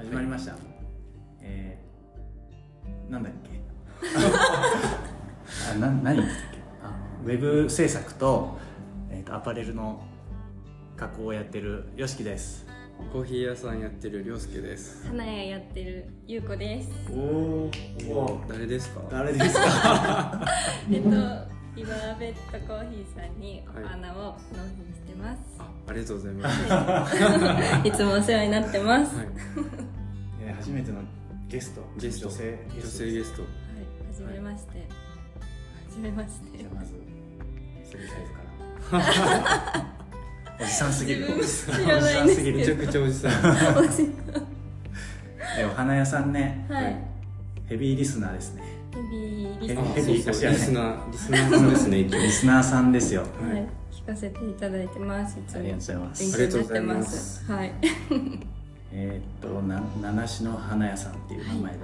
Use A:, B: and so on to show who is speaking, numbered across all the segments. A: 決まりました、えー、なんだっけ
B: あな何言って
A: あのウェブ制作と,、えー、とアパレルの加工をやってる YOSHIKI です
C: コーヒー屋さんやってるりょうすけです
D: 花屋やってるゆうこです。
A: おお
C: 誰ですか
A: 誰ですか
D: えっと、リバーベットコーヒーさんに
C: はい
D: お花を納品してます。
C: あありがとうございます、 はい
D: つもお世話になってます。はい、
C: い、
A: えー初めてのゲスト
C: ゲスト
A: 女性ゲス
C: 女
A: ト
C: 性
A: で
C: ゲ
A: す
C: スト
D: はじめまして。はじめまして。
A: じゃあまずスリーサイズからおじさんすぎる
D: 自分知らないんですけど
C: めちゃくちゃおじさ ん
A: えお花屋さんね
D: はい。
A: ヘビーリスナーですね
D: ヘビーリ
A: ヘ
D: スナ
A: ビ
C: あ
D: ー
C: そうそうリ
A: 足やね
C: スナーリスナーさんですね一応
A: リスナーさんですよ
D: はい、聞かせていただいてます。いつ
A: あ
D: も
A: りがとうございます
C: す
D: 勉強になってます。はい。
A: えーっとな七種の花屋さんっていう名前で、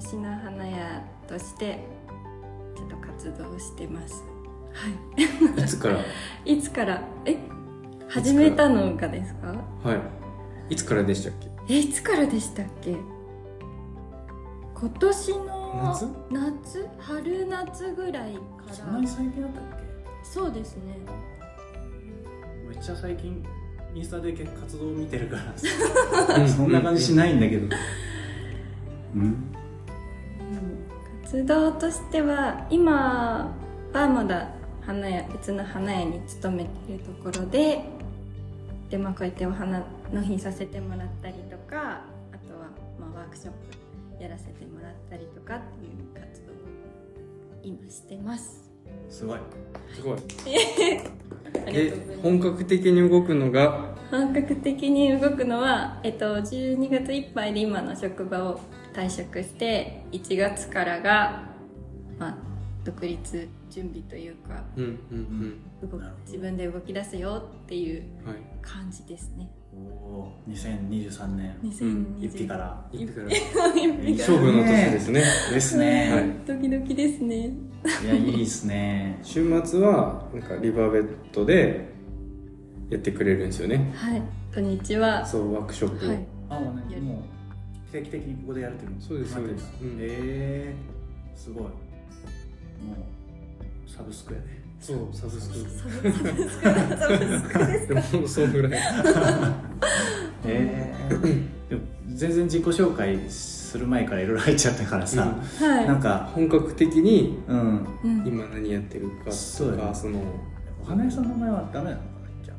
D: 七品花屋としてちょっと活動してます。
C: いつからはい
D: つからえ始めたのがですか？
C: いいつからでしたっけ
D: えいつからでしたっけ今年の
C: 夏
D: 夏春夏ぐらいか
A: そんなに
D: ら
A: 最近だったっ
D: そうですね
A: けめっちゃ最近インスタで活動を見てるから
C: う
A: そんな感じしないんだけど、
B: うん
D: 活動としては今はまだ花屋別の花屋に勤めてるところでで、まあ、こうやってお花納品させてもらったりとかあとはまあワークショップやらせてもらったりとかっていう活動を今してます。
A: すごい
C: すごい
D: あり
C: で
D: がとうございます
C: 本格的に動くのが
D: 本格的に動くのは、えっと、12月いっぱいで今の職場を退職して1月からが、まあ、独立準備というか
C: うんうん
D: 動く
A: なるほど
D: 自分で動き出すよっていう
C: うんはい
D: 感じですね
A: おおー2023年
D: 2020
A: 一匹から
C: いつから
D: 一
C: 勝負の年ですね
A: ですね、
C: はい
D: ドキドキですね
A: い、やいいですね
C: 週末はなんかリバーベットでやってくれるんですよね
D: はい土日は
C: そうワークショップを、
D: はい
A: あもうね
D: やる
A: もう定期的にここでやるっていうの
C: そうです
A: 決まってる
C: そう
A: ん
C: です
A: だ
C: うん
A: へえすごいもうサブスクやね
C: そうサブスク
D: サブサブスクサブスクで す
C: でもそのぐらい
A: ええでも全然自己紹介する前からいろいろ入っちゃったからさ、な
D: は
A: んか
C: 本格的に
A: うん
D: い、うん、
C: 今何やってるかとか
A: そうだね
C: その
A: お花屋さんの名前はダメなのかなじゃ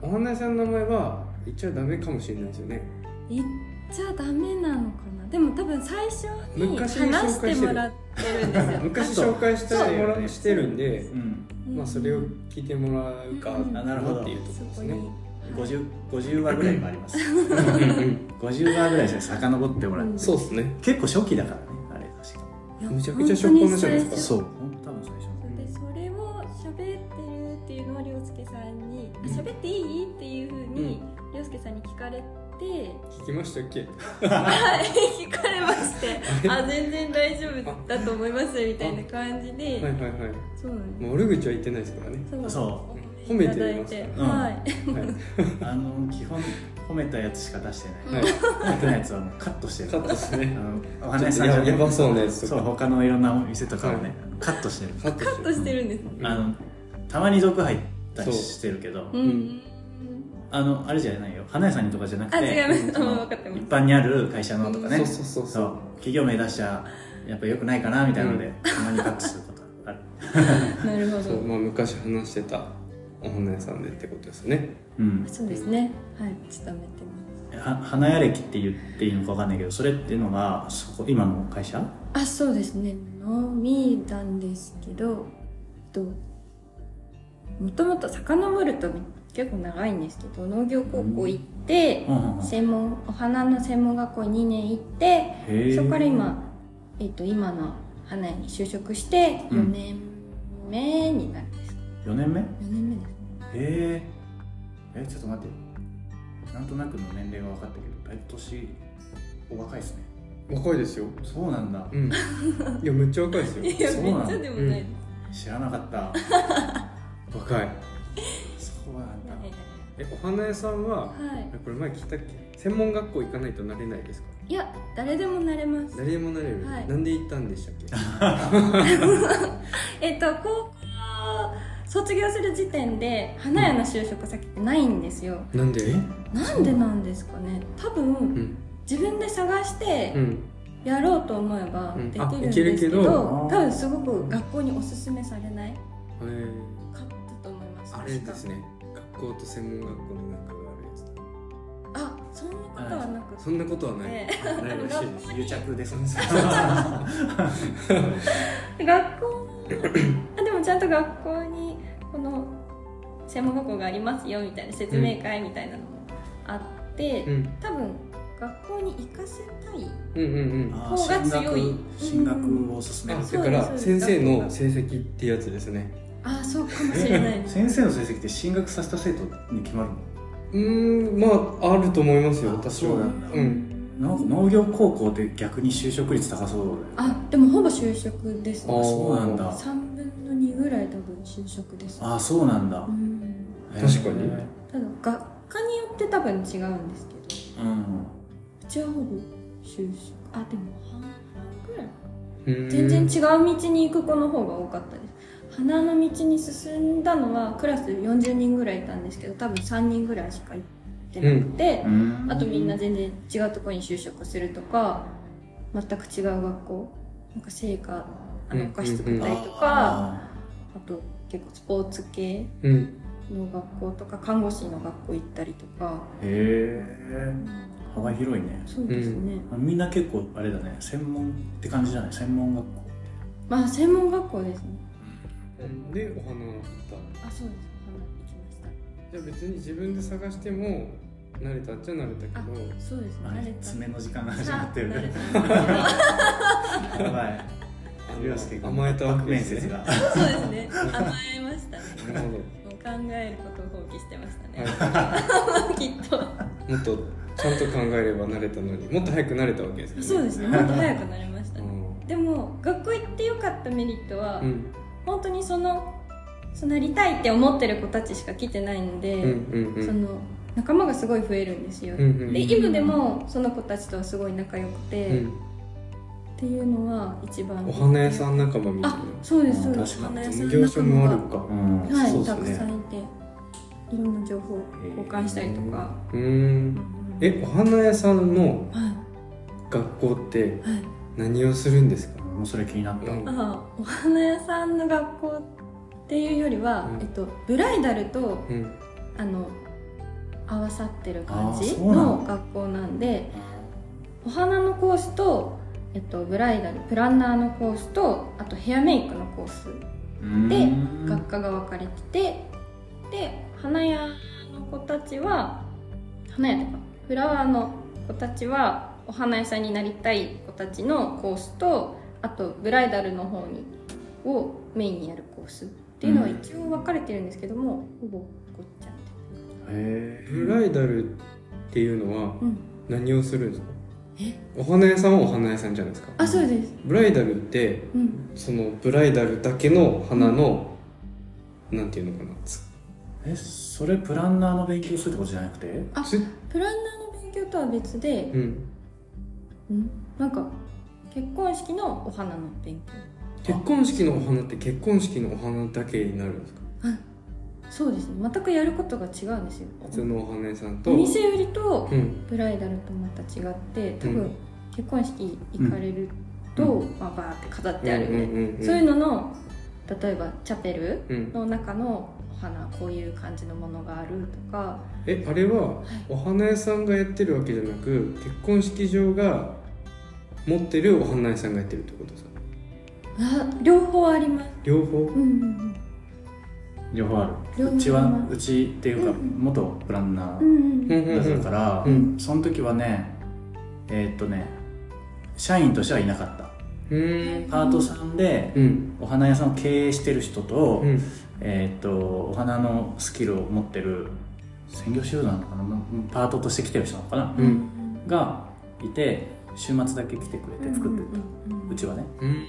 C: お花屋さんの名前は言っちゃダメかもしれないですよね
D: 言っちゃダメなのかなでも多分最初に
C: 昔
D: 話
C: に紹介して
D: し
C: る
D: てもらってるんですよ
C: 昔
A: あそう
C: 紹介した
A: そう
C: も
A: だよ
C: ら
A: ね
C: してるんで、
A: うん
C: まあ、それを聞いてもらうか
D: うん
A: あなるほど
C: っていうとこ
D: そ
C: ろですね
D: こに
A: 50 50話ぐらいもあります
C: うんうん
A: 50話ぐらいですね遡ってもらって、
D: うん
C: そうですね
A: 結構初期だからねあれ確か
C: むちゃくちゃ初っ端じゃないですか
A: そうほんと多分最初
D: でそれを喋ってるっていうのを涼介さんに「あ喋っていい?」っていうふうに涼介さんに聞 かれて
C: 聞きましたっけ
D: 聞かれまして「 あ全然大丈夫だと思います」みたいな感じで、
C: はいはいはい、
D: そうなんで
C: まあ、悪口は言ってないですからね
D: すそう
A: そ
C: 褒めてます
D: いただいて、
A: うん
D: はい
C: はい、
A: あの基本褒めたやつしか出してない、
C: は
A: 褒めたやつはもうカットして
C: い、
A: る
C: カ ットです
A: あ
C: ね
A: のお花屋さんじゃ
C: や
A: な
C: やば
A: い
C: そうなやつと
A: そう
C: か
A: 他のいろんなお店とかをね、
C: はい
A: カットしてる
C: カット
D: カットしてるんですね
C: うん
A: あのたまに毒入ったりしてるけど
D: うんん、
A: あのあれじゃないよ花屋さんにとかじゃなく
D: あ違い
A: て
D: ます
A: その
D: 分かってます
A: 一般にある会社のとかね
C: そうそうそう
A: そう企業名出しちゃやっぱ良くないかなみたいなので、たまにカットすることある
D: なるほど
C: そうまあ、昔話してたお花屋さんでってことですね
A: うん
D: そうですねはい勤めてます
A: は花屋歴って言っていいのか分かんないけどそれっていうのがそこ今の会社
D: あそうですね飲みたんですけどともともと遡ると結構長いんですけど農業高校行って
A: うんうんうんへ
D: 専門お花の専門学校2年行って
A: え
D: そこから今、えっと今の花屋に就職して
A: うん
D: 4年目になるんですか、
A: 4年目へ
D: 4年目です
A: ええちょっと待ってなんとなくの年齢が分かったけどだいぶ年お若いですね
C: 若いですよ
A: そうなんだ
C: うんいやめっちゃ若いですよ
A: やそうなのめっちゃ
D: で
C: もない
A: 知らなかった
C: 若い
A: そこはあんた
D: いやいやい
C: えお花屋さんは、
D: やはい
C: これ前聞いたっけ専門学校行かないとなれないですか
D: いや誰でもなれます
C: 誰でもなれる、
D: はい
C: なんで行ったんでしたっけ
D: えっと高校卒業する時点で花屋の就職先ってないんですよ、
C: なんで
D: なんでなんですかね多分、
C: うん
D: 自分で探して
C: うん
D: やろうと思えば
C: うん
D: でき
C: あ
D: るん
C: いける
D: ですけど,、
C: け
A: ど
D: 多分すごく学校におすすめされない
C: えー
D: かったと思います
C: あれですね学校と専門学校の仲があるやつだ
D: 確かあそんなことはなくて
C: そんなことはない、
A: ないらしい です癒着ですね
D: 学校あでもちゃんと学校にこの専門学校がありますよみたいな説明会みたいなのもあって、
C: うん、
D: 多分学校に行かせたい
C: うんうんうん
A: あ
D: 方
A: ー
D: が
A: 進
D: 強い
A: 学進学を勧める
C: あ
A: って
C: だから
D: そう
C: 先
D: です
C: 生の成績ってやつですね
D: あそうかもしれないです
A: 先生の成績って進学させた生徒に決まるの
C: うーんまああると思いますよ
A: あ
C: 多
A: そ
C: 少
A: うなんだ
C: うん
A: 農農業高校って逆に就職率高そうだよね
D: あでもほぼ就職です
C: あー
D: ね
A: そうなんだ
D: 3分の2ぐらい多分就職です
A: あそうなんだ
D: うん
C: 確かに
A: へ
D: ただ学科によって多分違うんですけど
A: ーうん
D: うちはほぼ就職あでも半々ぐらい全
C: 全
D: 然違う道に行く子の方が多かったです花の道に進んだのはクラス40人ぐらいいたんですけど多分3人ぐらいしか行ってなくて、あとみんな全然違うところに就職するとか全く違う学校なんか成果あ
C: う
D: の
C: ん
D: お菓子作ったりとか、
A: あ
D: あと結構スポーツ系
C: うん
D: の学校とか看護師の学校行ったりとか、
A: ーへえ幅広いね
D: そうですね、
A: みんな結構あれだね専門って感じじゃない専門学校
D: まあ専門学校ですね
C: でお花行った
D: あそうです花行きました
C: じゃあ別に自分で探しても慣れたっちゃ慣れたけ
D: あ
C: ど
D: そうですね
A: あ
D: 慣
A: れ
D: れた
A: 爪の時間が始まってる
D: あ慣 れ
A: ね
D: た
A: やばい
C: あの
A: 凌介君
C: 甘えたわけ
A: 面
C: です
A: 接
C: ね
A: が
D: そうですね甘えまし
C: な
D: たね
C: るほど
D: もう考えることを放棄してま したね、
C: は
D: きっと
C: いもっとちゃんと考えれば慣れたのにもっと早く慣れたわけですね
D: そうですねもっと早くなりました
C: う
D: ね
C: ん
D: でも学校行ってよかったメリットは、
C: うん
D: 本当にそのそのなりたいって思ってる子たちしか来てないので、
C: うんうんうん
D: その仲間がすごい増えるんですよ、
C: うんうんうん
D: で今でもその子たちとはすごい仲良くて、
C: うん
D: っていうのは一番
C: お花屋さん仲間みたいな
D: あそうですそう
A: うん
D: です
A: 確
D: お
A: か
D: 花
A: に
D: 屋さ
C: 事
D: ん
C: 業所もある
D: 仲
C: か
A: うん
D: 間がはい、
C: そうです
D: た
C: ね
D: くさんいていろんな情報を交換したりとか、
C: うーん
D: うん
C: えお花屋さんの
D: はい
C: 学校って
D: はい
C: 何をするんですか
A: もうそれ気になった、
C: うん
D: あお花屋さんの学校っていうよりは、
C: うん
D: えっと、ブライダルと
C: うん
D: あの合わさってる感
A: あー
D: じ
A: そうな
D: の
A: の
D: 学校なんでお花のコースと、えっと、ブライダルプランナーのコースとあとヘアメイクのコース
A: うん
D: で学科が分かれててで花屋の子たちは花屋とかフラワーの子たちはお花屋さんになりたい子たちのコースとあとブライダルの方にをメインにやるコースっていうのは一応分かれてるんですけども、ほぼごっちゃみたい
A: へえ
C: ブライダルっていうのは
D: な、うん、
C: 何をするんですかお花屋さんはお花屋さんじゃないですか
D: あそうです
C: ブライダルって
D: うん
C: そのブライダルだけの花の、なんていうのかなつ
A: えそれプランナーの勉強するってことじゃなくて
D: あ
C: つ
D: プランナーの勉強とは別で、
C: うん、
D: うん、なんか結婚式のお花の勉強
C: 結婚式のお花って結婚式のお花だけになるんですか
D: そうですね全くやることが違うんですよ
C: 普通のお花屋さんと
D: お店売りと
C: うん
D: ブライダルとまた違って多
C: うん
D: 分結婚式行かれると、まあ、バーって飾ってあるんで、
C: うんうんうんうん
D: そういうのの例えばチャペル
C: うん、
D: の中のお花こういう感じのものがあるとか
C: えあれはお花屋さんがやってるわけじゃなく結婚式場が持ってるお花屋さんがやってるってことですか
D: あ両方あります、
C: 両方
D: うんうん
A: 両方ある
D: 両方あり
A: う
D: ます
A: ちはうちっていうか
D: うんうん
A: 元プランナ
D: う
A: ー
D: んうんうん
A: だったから、
C: うん
A: その時はねえーっとね社員としてはいなかった
C: うん
A: パートさんで
C: うん
A: お花屋さんを経営してる人と,、
C: うん
A: えーっとお花のスキルを持ってる専業主婦なのかなうんパートとして来てる人なのかな
C: う
D: うんん
A: がいて週末だけ来てくれて作ってた、う
D: うんうんうん
A: ちはね
C: うん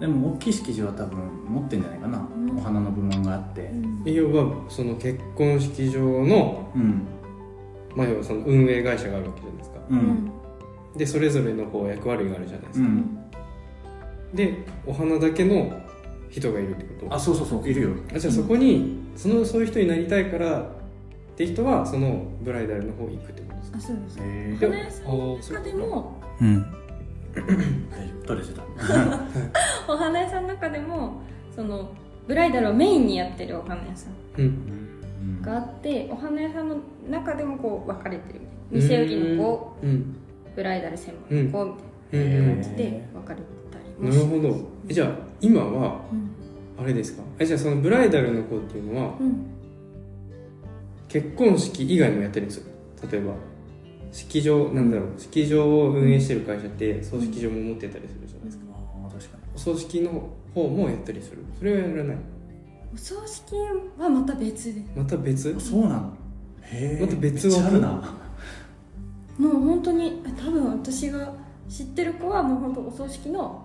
A: でも大きい式場は多分持ってんじゃないかな、
D: うん
A: お花の部門があって
D: うん
C: 要はその結婚式場の、
A: うん
C: まあ、要はその運営会社があるわけじゃないですか
A: う
D: うんん
C: でそれぞれのこう役割があるじゃないで
A: う
C: すか、
A: ん、
C: でお花だけの人がいるってこと
A: あそうそうそういるよ
C: あじゃあそこにそのそういう人になりたいからって人はそのブライダルの方行くってことですか
D: あそうです
A: へ
D: 花屋さんの中で
C: あ
D: も
B: うん
A: 大丈夫取れてた
D: お花屋さんの中でもそのブライダルをメインにやってるお花屋さん
C: うん
A: うん
D: があってお花屋さんの中でもこう分かれてるみたいな店売りの子
C: うん
D: ブライダル専門の子み
C: うん
A: へ
D: たいな
A: ー
D: 感じで分かれてたり
C: な
D: も
C: る
D: し
C: ほどえじゃあ今は
D: うん
C: あれですかえじゃあそのブライダルの子っていうのは
D: うん
C: 結婚式以外もやってるんですよ例えば式場なんだろう式場を運営してる会社って葬式場も持ってたりするじゃないですか
A: あー確か
C: お葬式の方もやったりするそれはやらない
D: お葬式はまた別で
C: また別
A: にそうなのへえ
C: また別
A: めっ
C: 枠
A: ちゃあるな
D: もう本当に多分私が知ってる子はもう本当お葬式の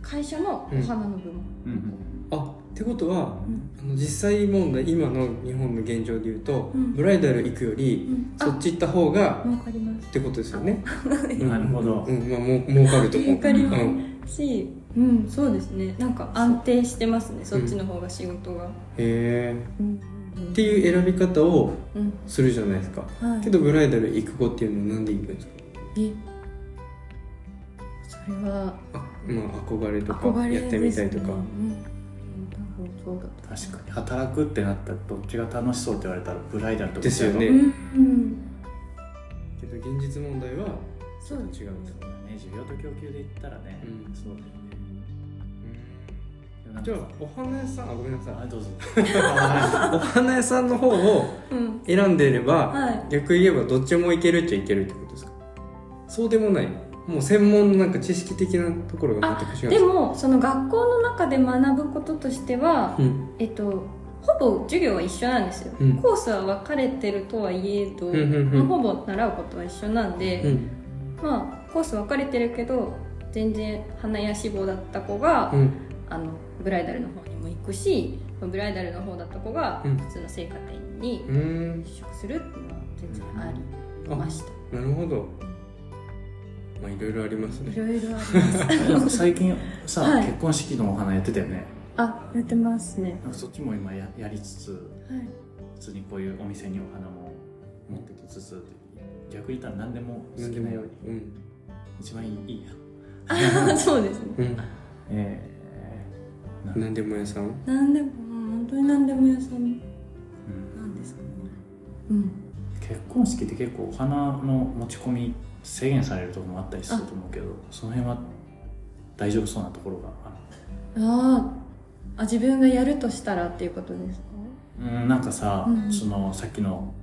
D: 会社のお花の部門、
A: うん
C: あってことは
D: うん
C: あの実際問題今の日本の現状で言うと、
D: うん
C: ブライダル行くよ
D: う
C: り
D: ん、あ
C: そっち行った方が
D: わかります
C: ってことですよね、
A: うん なるほど
C: うんまあ、もう儲かると思う
D: 儲かります
C: うん、
D: し、うん、そうですね。なんか安定してますね。そっちの方が仕事が。
C: へえ
D: うん、
C: っていう選び方を
D: うん、
C: するじゃないですか
D: はい。
C: けどブライダル行く子っていうのはなんで行くんですか
D: え、それは
C: あまあ憧れとか
D: 憧れです、ね、
C: やってみたいとか、
D: うん、うん多分そうだと。
A: 確かに働くってなったらどっちが楽しそうって言われたらブライダルとか
C: ですよね
D: うん、うん、
C: けど現実問題は
D: そう
C: 違うんですよ、
A: ね需要と供給で言ったらね、
C: うん
A: そうだよねでもなんか
C: じゃあお花屋さんあごめんなさい
A: あど うぞ
C: お花屋さんの方を
D: うん、
C: 選んでいれば、
D: はい
C: 逆に言えばどっちもいけるっちゃいけるってことですかそうでもないもう専門のなんか知識的なところが全く違う
D: でもその学校の中で学ぶこととしては、
C: うん
D: えっとほぼ授業は一緒なんですよ、
C: うん
D: コースは分かれてるとはいえど、
C: うんうんうん
D: まあほぼ習うことは一緒なんで、
C: うん
D: まあコース分かれてるけど全然花や志望だった子が、
C: うん
D: あのブライダルの方にも行くしブライダルの方だった子が
C: うん
D: 普通の生花店に
C: うん
D: 就職するっていうのは全然ありま
C: あ
D: した、
C: なるほどまあいろいろありますね
D: いろいろあります
A: なんか最近さ、
D: はい
A: 結婚式のお花やってたよね
D: あやってますね
A: なんかそっちも今ややりつつ
D: はい
A: 普通にこういうお店にお花も持ってきつつ逆に言ったら何でも好き
C: 何で
A: な
C: も
A: ように
C: うん
A: 一番いいいいや
D: あーそうですね
C: うん
A: ええな
C: 何でも屋さん
D: 何でもうん本当に何でも屋さん
A: うん
D: なんですかねうん
A: 結婚式って結構お花の持ち込み制限されるところもあったりすると思うけどその辺は大丈夫そうなところがある
D: あーあ自分がやるとしたらっていうことですか
A: うん、なんかさ、
D: うん
A: そのさっきの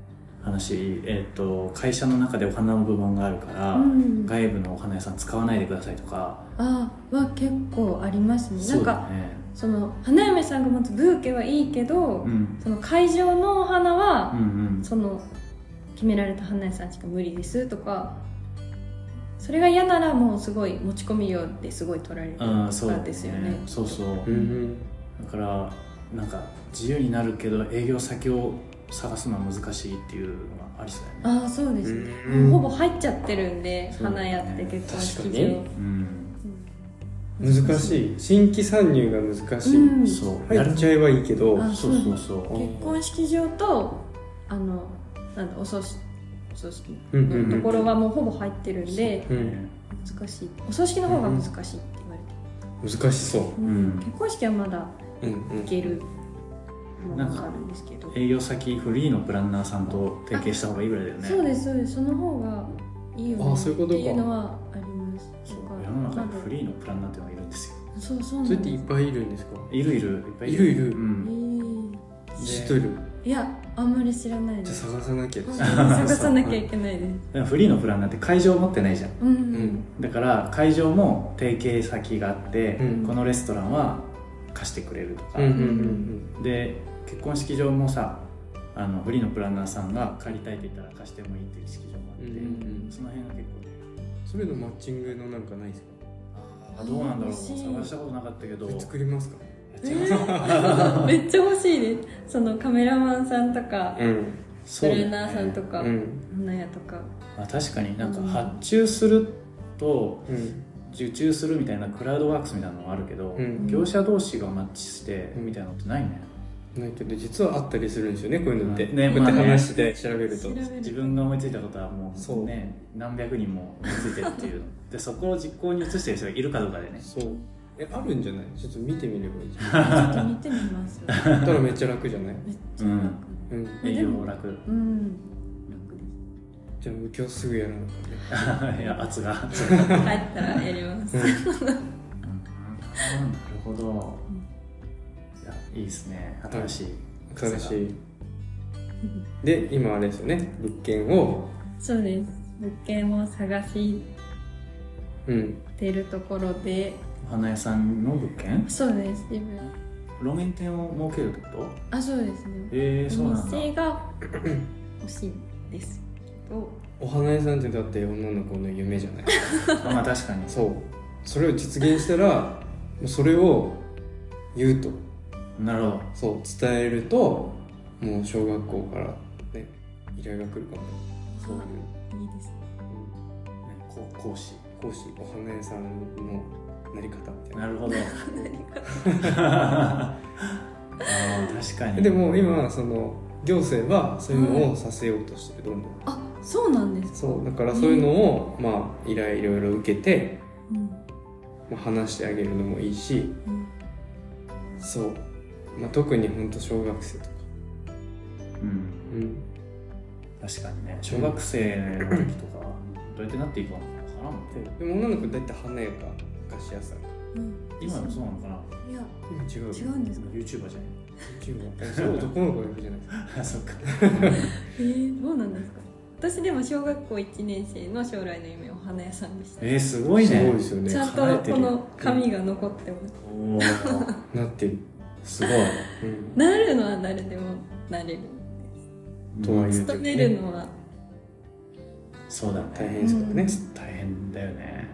A: 話、えー、と会社の中でお花の部門があるから、
D: うん
A: 外部のお花屋さん使わないでくださいとか
D: あーは結構ありますねなん
A: う
D: か
A: ね
D: その花嫁さんが持つブーケはいいけど、
A: うん
D: その会場のお花
A: う
D: は、
A: ん
D: その決められた花屋さんしか無理ですとかそれが嫌ならもうすごい持ち込み量ですごい取られる
A: う
D: と
A: んうんそう
D: かですよね。
A: そうそう、
C: うん
A: だからなんか自由になるけど営業先を探すのは難しいっていうのがありそうだよね
D: ああそうですね、
C: うん
D: もうほぼ入っちゃってるんで、
A: そう
D: 花屋って結婚式
C: 確かに
D: 場
A: うん
C: 難しい新規参入が難しい、
D: うん
A: そうや
C: 入
A: る
C: っちゃえばいいけど
D: あ
A: そうそうそう
D: 結婚式場とあのなんだお葬式お葬式
C: うんうんう
D: のと
C: ん
D: ころはもうほぼ入ってるんで、
C: うん
D: 難しいお葬式の方が難しいって言われて
C: 難しそ
D: る、
A: うん
D: 結婚式はまだ
C: ううんうん
D: いけるのがあるんですけど、
A: 営業先フリーのプランナーさんと提携した方がいいぐらいだよね
D: そうですそうですその方がいいよね
C: あそういうこと
D: っ
C: か
D: ていうのはあります
A: そう
D: とか
A: 世の中
D: ま
A: に
D: だ
A: フリーのプランナーっていうのがいるんですよ
D: そうそうなん
C: それ
D: です
C: っていっぱいいるんですか
A: いるいるいっぱいい
C: い
A: る
C: る
A: い
C: いる
A: うん、
D: え
C: 知っとる
D: ーいやあんまり知らないで
C: じゃあ
D: す
C: 探さなきゃ
D: 本当に 探さなきゃいけないです
A: でもフリーのプランナーって会場を持ってないじゃん
D: うん、
C: うん
A: だから会場も提携先があって、
C: うん
A: このレストランは貸してくれるとか、
C: うんうんうん
A: で結婚式場もさあのフリーのプランナーさんが借りたいって言ったら貸してもいいっていう式場もあっ
C: う
A: て、
C: んうんうん
A: その辺が結構ね
C: それのマッチングのなんかないですか
A: ああどうなんだろう
D: 欲しい
A: 探したことなかったけど やっ
C: 作りますか
A: ちゃいますか
D: めっちゃ欲しいですそのカメラマンさんとか、
C: うん
A: そ
D: ト
A: う
D: レー
A: だ
D: ナーさんとか、
C: うん
D: 花屋とか
A: まあ、確かになんか発注すると
C: うん
A: 受注するみたいなクラウドワークスみたいなのもあるけど、
C: うん
A: 業者同士がマッチして
C: うん
A: みたいなのってないね、
C: ないけど実はあったりするんですよねこういうのって、
A: うんね
C: こうやっ
A: まあ
C: て
A: ね
C: 話して調べると、
D: 調べる
A: 自分が思いついたことはも
C: そう
A: うね何百人も思いついてっていう でそこを実行に移してる人がいるかどうかでね
C: そうえあるんじゃないちょっと見てみればいいじゃん
D: ちょっと見てみ ますめっ
C: だったらめっちゃ楽じゃない
D: ちゃ楽
C: うん
A: 営業楽
D: うん楽です
C: じゃあ今日すぐやるのか ね
A: いや圧が
D: 帰ったらやります
A: うんなるほどい
D: ん
A: やいいですね新しい
C: 新し いで今あれですよね物件を
D: そうです物件を探し
C: うん
D: てるところで
A: お花屋さんの物件
D: そうです自分
A: 路面店を設けるってこと
D: あそうですね
A: えー、そう
D: お
A: なんだ
D: 店が欲しいんですけど
C: お花屋さんってだって女の子の夢じ ゃない
A: まあ確かに
C: そうそれを実現したらもうそれを言うと
A: なるほど
C: そう伝えるともう小学校からね依頼が来るかもそういう
D: いいですね
C: うん
A: ねこう講師
C: 講師お花屋さんのなり方みたいな
A: なるほ どあー確かに
C: でも今その行政はそういうのをさせようとしてるどんどん
D: あそうなんですか
C: そうだからそういうのを、まあ依頼いろいろ受けて、
D: うん
C: まあ、話してあげるのもいいし
D: うん
C: そう、まあ、特にほんと小学生とか、
A: うん
C: うん、
A: 確かにね小学生の時とかどうやってなっていくのかな
C: でも女の子大体花屋かお菓子屋さんか
D: うん
A: 今でもそうなのかない
D: や
C: 今違うよ
D: 違うんですか
A: YouTuber じゃ
C: 違うわえそれ男の子役じゃないですか
A: ないあ そっか
D: えー、どうなんですか私でも小学校1年生の将来の夢お花屋さんでした、
A: えー、すごい
C: すごい
A: ね
C: ですよ
D: ちゃ
C: ね
D: ん
A: 叶えて
D: と
A: る
D: この紙が残ってます、
A: おおー
C: なってる、
A: すごい
C: うん、
D: なるのは誰でもなれる
C: とは言うけ
D: 勤
C: ど、
D: めるのは
A: そうだ
C: 大
A: ね
C: 変ですからね、
A: 大変だよね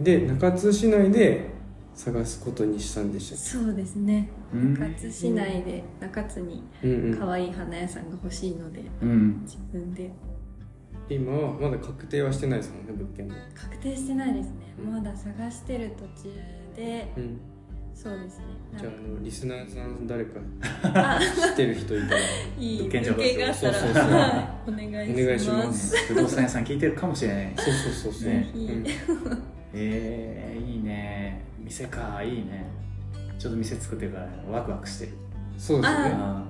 C: で中津市内で探すことにしたんでしたっ
D: そうですね
A: うん
D: 中津市内で中津に
C: け、うんうん
D: 可愛い花屋さんが欲しいので
A: うん
D: 自分で
C: 今はまだ確定はしてないですもんね物件も、
D: 確定してないですねまだ探してる途中で
C: うん、
D: そうですね
C: じゃあ
D: なんか
C: あのリスナーさん誰か
D: あ
C: 知ってる人いたら
D: いい
A: 物件情報
D: 物件があったら
C: そうそうそう
D: はいお願
C: お願
D: い
C: い
D: し
C: し
D: ま
C: ますす
A: 不動産屋さん聞いてるかもしれない
C: そうそうそうそう、
A: ね
C: うん
A: えー、いいね店かいいねちょっと店作ってるからねワクワクしてる
C: そうですよね
A: あ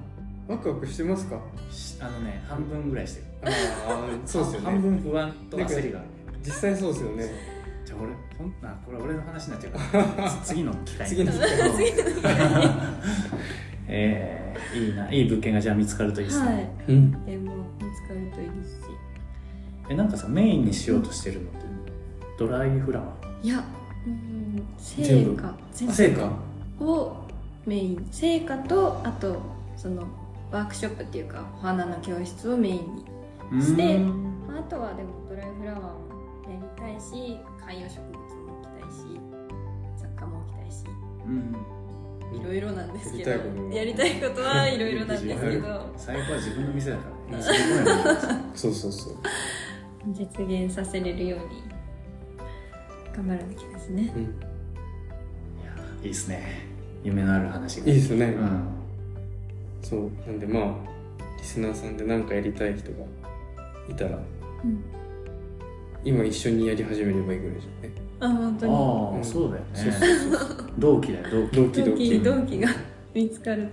C: ワクワクしてますか
A: ーしあのね半分ぐらいしてる
C: ああそうですよ
A: 半
C: ね
A: 分不安と焦りがある
C: 実際そうですよね
A: じゃあ俺ほんあこれ俺の話になっちゃうからつ次の機会に
C: 次の機会に
A: えー、いいないい物件がじゃあ見つかるといいですね、
D: は
C: うん
D: いでも見つかるといいですし
A: えなんかさメインにしようとしてるのってドライフラワ
D: いやうん成
C: 全部
D: 果全部
C: 成果
D: をメイン成果とあとそのワークショップっていうかお花の教室をメインに、
A: ー
D: して
A: うーん
D: まあ、あとはでもドライフラワーもやりたいし観葉植物も置きたいし雑貨も置きたいし
A: うん
D: いろいろなんですけど
C: やりたいこと
D: やりたいことはいろいろなんですけ ど
A: 最後は自分の店だからねそこまでもいいです
C: そうそうそう、
D: 実現させれるように頑張るべきですね
C: うん、
A: いやいいですね夢のある話が
C: いいですね、
A: うん
C: そうなんでまあリスナーさんで何かやりたい人がいたら
D: うん
C: 今一緒にやり始めればいいぐらいじゃんね
D: あ本当に
A: ああ、
C: うん
A: そうだよ
C: そう
A: ね
C: そう
A: 同期だよ同期
C: 同期
D: 同
C: 同期
D: 期同期が見つかる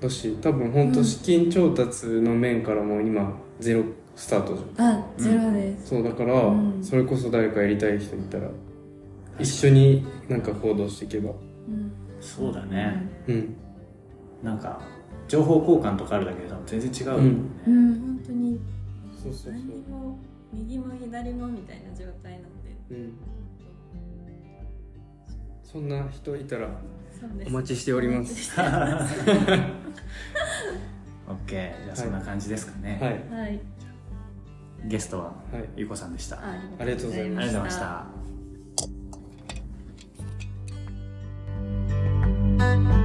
D: と
C: だし多分ほんと資金調達の面からも今ゼロスタートじゃん
D: あゼロです、
C: そうだから、
D: うん
C: それこそ誰かやりたい人いたら一緒になんか行動していけば
D: うん
A: そうだね、
C: うん
A: なんか情報交換とかあるだけで多分全然違うよね、
D: う ん、うん、本当に
C: そうそうそう
D: 何にも右も左もみたいな状態なんで
C: うんそんな人いたら
D: そうです
C: お待ちしております
D: す は
A: オッケーじゃあそんな感じですかね、
C: はい
D: い、はい、
A: ゲストは
C: はい
A: ゆうこさんでした、
D: あ
A: あ
D: りがとうござい
A: りがとうご
D: ま
A: ざ
D: し
A: い
D: た
A: ました
D: う